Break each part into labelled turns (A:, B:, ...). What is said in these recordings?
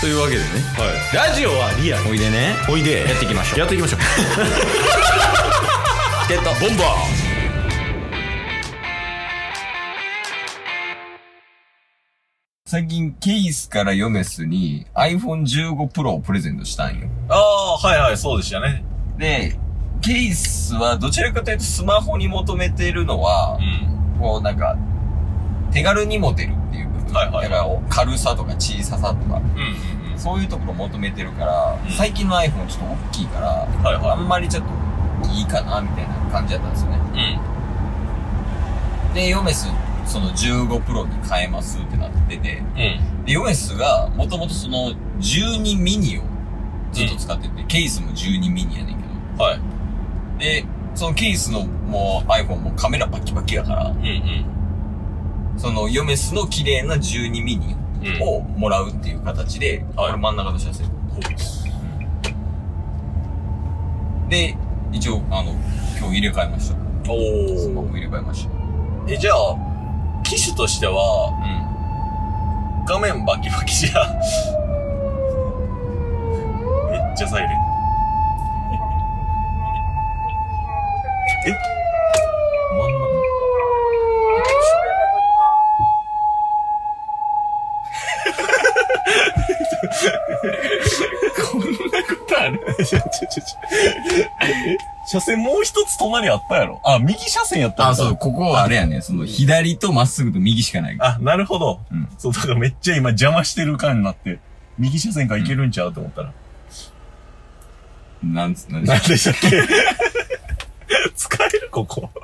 A: というわけでね
B: ラジオはリアル
A: おいでね
B: おいで
A: やっていきましょう
B: やっていきましょう
A: チケットボンバー最近、ケイスからヨメスに iPhone15 Pro をプレゼントしたんよ。
B: ああーはいはいそうでしたね
A: で、ケイスはどちらかというとスマホに求めてるのは、
B: ん
A: こうなんか、手軽に持てるっていう部分。
B: はいはい
A: だから軽さとか小ささとか、
B: うんうんう
A: そういうところ求めてるから、
B: うん
A: 最近の iPhone ちょっと大きいから、
B: はい
A: あ
B: は
A: んまりちょっといいかなみたいな感じだったんですよね。
B: いうん
A: で、ヨメス、その15プロに変えますってなってて、
B: うん
A: で、ヨメスが、もともとその12ミニをずっと使ってて、ケースも12ミニやねんけど、
B: はい
A: で、そのケースのもう iPhone もカメラバキバキやから
B: う、んうん
A: そのヨメスの綺麗な12ミニ
B: うん
A: をもらうっていう形で、こ
B: はい
A: れ真ん中の車線。
B: ほう
A: で、一応、あの、今日入れ替えました。スマ
B: お
A: ホ入れ替えました。
B: ーえじゃあ機種としては
A: う
B: 画面バキバキじゃ めっちゃサイレン
A: ん。真ん中
B: こんなことあるちょちょちょ。車線もう一つ隣あったやろあ、右車線やったんだ
A: あ、そう、。ここはあれやね、その左とまっすぐと右しかない。
B: あ、なるほど。
A: うん
B: そう、だからめっちゃ今邪魔してる感になって、右車線から行けるんちゃうと思ったら。
A: なんつ、なん
B: 何でしたっけ 使えるここ。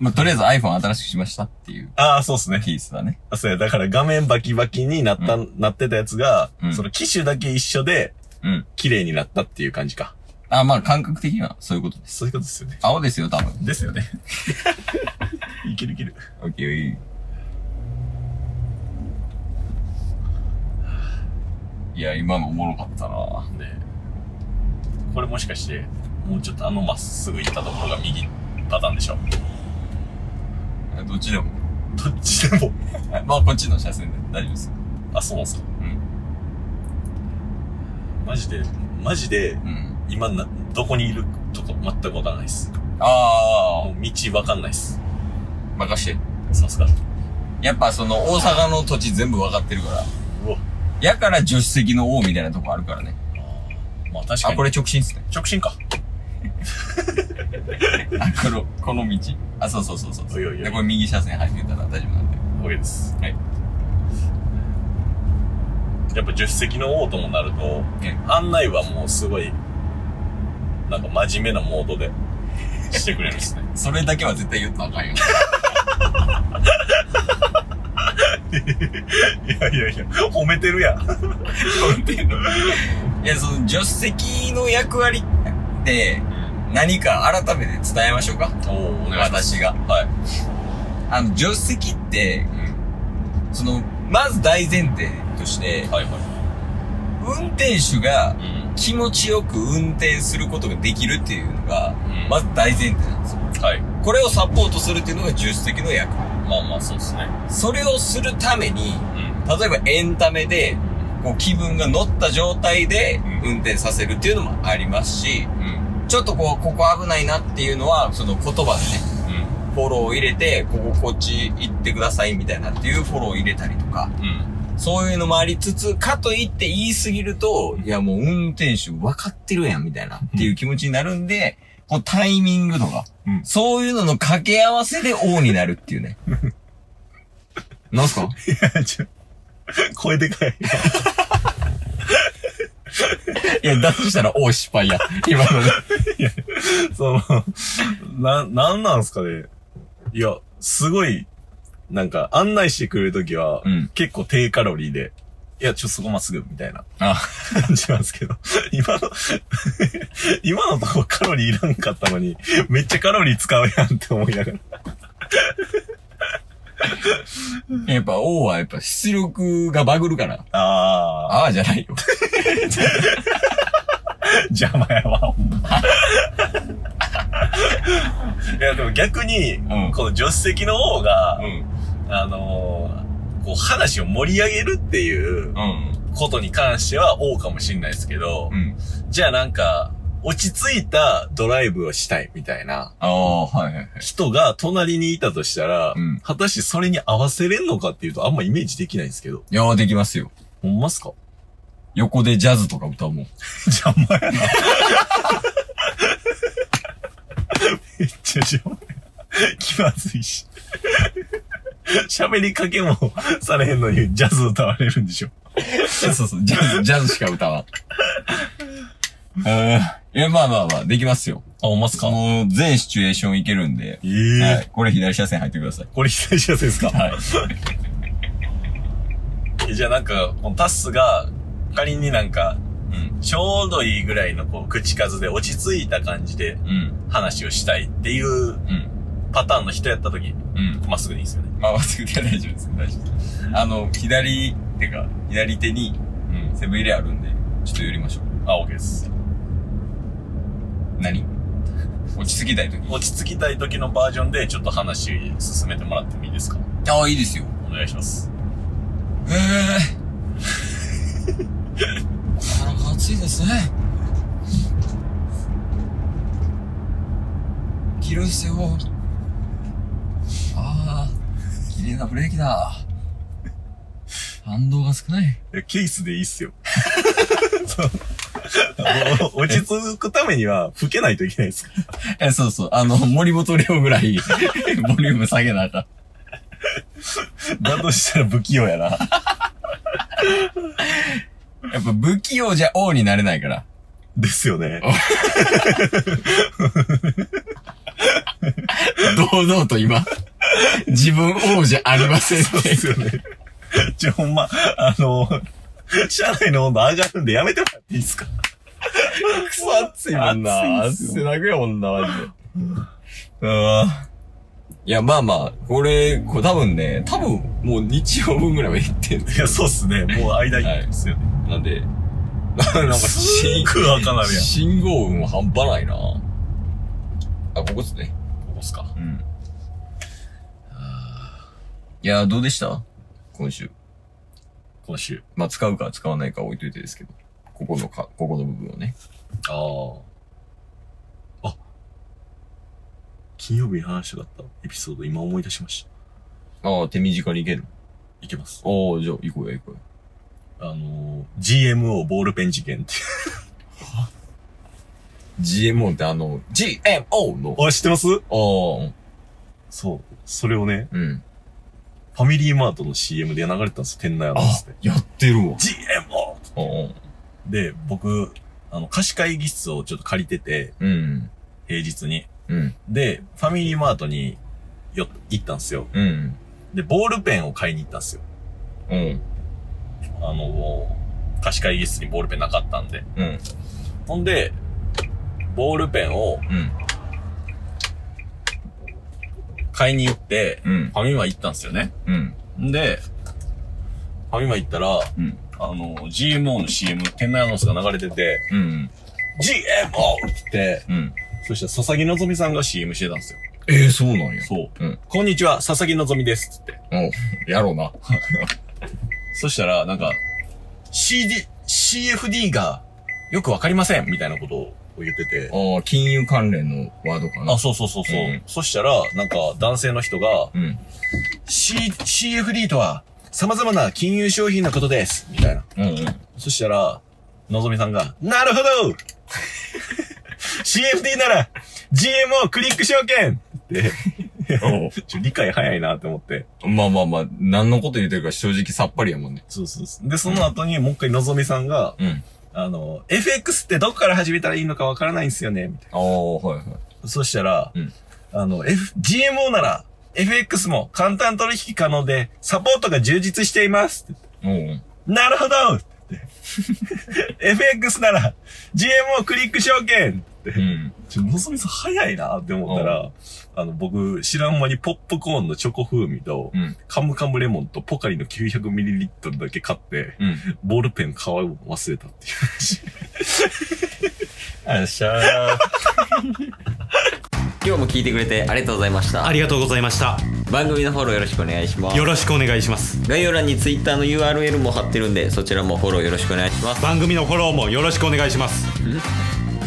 A: まあ、とりあえず iPhone 新しくしましたっていう
B: ああ、そうっすね。
A: ケースだね。
B: あそうや、だから画面バキバキになった、
A: う
B: なってたやつが、
A: うん
B: その機種だけ一緒で、
A: うん。
B: 綺麗になったっていう感じか。
A: あ、まあ、感覚的にはそういうことです。
B: そういうことですよね。
A: 青ですよ、多分。
B: ですよ ね。いけるいける。
A: オッケー。いや、今のおもろかったな
B: ねこれもしかしてもうちょっとあのまっすぐ行ったところが右パターンでしょ
A: どっちでも。
B: どっちでも
A: まあ、こっちの車線で大丈夫です。
B: あそうなんすか
A: うん。
B: マジでマジで
A: うん。
B: 今などこにいるとこ全くわからないっす
A: あ
B: もう道わかんないっす
A: ー、任して。
B: さすが
A: やっぱその大阪の土地全部わかってるから。
B: うわ
A: やから助手席の王みたいなとこあるからね。
B: まあ確か
A: あ、
B: に
A: これ直進っすね。
B: 直進か
A: あ、この、この道。あ、そうそうそうそう
B: おいおいおい
A: で、これ右車線入ってたら大丈夫なんで。
B: OK です
A: はい
B: やっぱ助手席のオートもなると
A: ね
B: 案内はもうすごいなんか真面目なモードでしてくれるんですね
A: それだけは絶対言ったらあかん よ。
B: いやいやいや褒めてるやん
A: いや、その、助手席の役割って、何か改めて伝えましょうか。
B: おおお願いします。
A: 私が。
B: はい。
A: あの、助手席って、その、まず大前提として、
B: はいは
A: 運転手が
B: い。うん。
A: 気持ちよく運転することができるっていうのが、
B: うん
A: まず大前提なんですよ。
B: はい。
A: これをサポートするっていうのが助手席の役割。
B: まあまあ、そうですね。
A: それをするために、
B: うん。
A: 例えばエンタメで、こう気分が乗った状態で
B: うん
A: 運転させるっていうのもありますし、
B: うん。うん。
A: ちょっとこう、ここ危ないなっていうのは、その言葉でね、フォローを入れて、こここっち行ってくださいみたいなっていうフォローを入れたりとか、
B: うん。
A: そういうのもありつつ、かといって言い過ぎると、いやもう運転手分かってるやんみたいなっていう気持ちになるんで、こうタイミングとか、
B: うん
A: そういうのの掛け合わせで王になるっていう ね。なんすか
B: うん。 ちょ、声でかい。
A: いや、だとしたら王失敗や。今のね。
B: その、な、なんなんすかね。いや、すごい、なんか、案内してくれるときは、
A: うん
B: 結構低カロリーで、いや、ちょ、そこまっすぐ、みたいな
A: あ
B: 感じなんですけど、今の、 今のとこカロリーいらんかったのに、めっちゃカロリー使うやんって思いながら。
A: やっぱ王はやっぱ出力がバグるから。
B: あー。
A: ああじゃないよ。
B: 邪魔やわ、ほんま。いや、でも逆に、
A: ん
B: この助手席の方が、
A: ん。
B: あのこう話を盛り上げるってい
A: う
B: う
A: ん。
B: ことに関しては多かもしれないですけど、
A: うん。
B: じゃあなんか、落ち着いたドライブをしたいみたいな
A: ああ、はいはいはい。
B: 人が隣にいたとしたら、
A: うん
B: 果たしてそれに合わせれんのかっていうとあんまイメージできないんですけど。
A: いやーできますよ。
B: ほんますか
A: 横でジャズとか歌うもん。
B: 邪魔やな。 めっちゃ邪魔や。気まずい し。喋りかけもされへんのにジャズ歌われるんでしょ。
A: そうそうそう、ジャズ、ジャズしか歌わん。 えー、いや、まあまあまあ、できますよ。
B: あ、ほんます
A: もう、全シチュエーションいけるんで。
B: ええ
A: はい。これ左車線入ってください。
B: これ左車線ですか
A: はい。
B: えじゃあなんか、このタスが、仮になんか、うん、ちょうどいいぐらいのこう、口数で落ち着いた感じで
A: うん。
B: 話をしたいっていう
A: うん。
B: パターンの人やった時、
A: うん。
B: まっすぐでいいですよね。
A: まあ、まっすぐ手は大丈夫です。大丈夫です。あの、左、ってか、左手に
B: うん。
A: セブン入れあるんで、ちょっと寄りましょう。
B: あ、OK です。
A: 何落ち着きたいとき。
B: 落ち着きたい時のバージョンで、ちょっと話進めてもらってもいいですか
A: ああ、いいですよ。
B: お願いします。
A: ええー。なかなか暑いですね。黄色いですよ。ああ、綺麗なブレーキだ。反動が少ない。
B: えケースでいいっすよ。 そうあの落ち着くためには、吹けないといけないですか
A: え、そうそう。あの、森本亮ぐらい、 ボリューム下げなあかん。
B: だとしたら不器用やな。
A: やっぱ不器用じゃ王になれないから。
B: ですよね。
A: 堂々と今、自分王じゃありません
B: そうですよね。じゃあほんま、あの、車内の温度上がるんでやめてもらっていいですか
A: くそ暑いもんな。
B: 暑いっすよ
A: だくやもんな、マジで。うん。いや、まあまあ、これ、これ多分ね、多分もう日曜分ぐらいは行ってん
B: いや、そうっすね。もう間いいですよね。
A: なんで、 なんか
B: すっ
A: 信
B: ごい赤なるやん。
A: 信号運は半端ないな。あ、ここっすね。
B: ここっすか。
A: うん。いや、どうでした今週。
B: 今週。
A: まあ、使うか使わないか置いといてですけど。ここのか、ここの部分をね。
B: ああ。あ。金曜日に話したかったエピソード今思い出しました。
A: ああ、手短にいける。
B: いけます。
A: ああ、じゃあ、行こうや、行こうや。
B: あのー、GMO ボールペン事件っていう。
A: GMO ってあの、GMO の。
B: あ、知ってます
A: ああ、
B: そう。それをね、
A: うん。
B: ファミリーマートの CM で流れてたんですよ。店内アナウンスで。
A: やってるわ。
B: GMO!
A: ああ、
B: で、僕、あの、貸し会議室をちょっと借りてて、
A: うん。
B: 平日に。
A: うん。
B: で、ファミリーマートによ行ったんですよ。
A: うん。
B: で、ボールペンを買いに行ったんですよ。
A: うん。
B: あの、貸し会議室にボールペンなかったんで。
A: うん。
B: ほんで、ボールペン
A: う
B: を
A: ん。
B: 買いに行って、
A: うん。
B: ファミマ行ったんですよね。
A: うん。
B: んで、ファミマ行ったら、
A: うん。
B: あの、GMO の CM、店内アナウンスが流れてて、
A: うん。
B: GMO! って言って、
A: うん。
B: そしたら佐々木希さんが CM してたんですよ。
A: ええ、そうなんや。
B: そう。
A: うん
B: こんにちは、佐々木希です。って。
A: おやろうな。
B: そしたら、なんか、CD、CFD がよくわかりませんみたいなことを言ってて。
A: ああ、金融関連のワードかな。
B: あ、そうそうそうそう。
A: うん
B: そしたら、なんか男性の人が、
A: うん。
B: C、CFD とは様々な金融商品のことですみたいな。
A: うん。うん。
B: そしたら、のぞみさんが、なるほど !CFD なら GMO クリック証券って、ちょ理解早いなって思って。
A: まあまあまあ、何のこと言ってるか正直さっぱりやもんね。
B: そうそうそう。で、その後にもう一回のぞみさんが、
A: うん。
B: あの、FX ってどこから始めたらいいのかわからないんですよね、みたい
A: ああ、はいはい。
B: な。そしたら、
A: うん
B: あの、F、GMO なら、FX も簡単取引可能で、サポートが充実しています。
A: うん。
B: なるほどって言って FX なら、GMO クリック証券って。
A: うん。
B: ちょ、のぞみさん早いなって思ったら、あの、僕、知らん間にポップコーンのチョコ風味と、
A: うん。
B: カムカムレモンとポカリの 900ml だけ買って、
A: うん。
B: ボールペン買うの忘れたっていう話。
A: あっしゃー。
C: 今日も聞いてくれてありがとうございました
D: ありがとうございました。
A: 番組のフォローよろしくお願いします
D: よろしくお願いします
A: 概要欄に Twitter の URL も貼ってるんでそちらもフォローよろしくお願いします
D: 番組のフォローもよろしくお願いします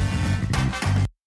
D: す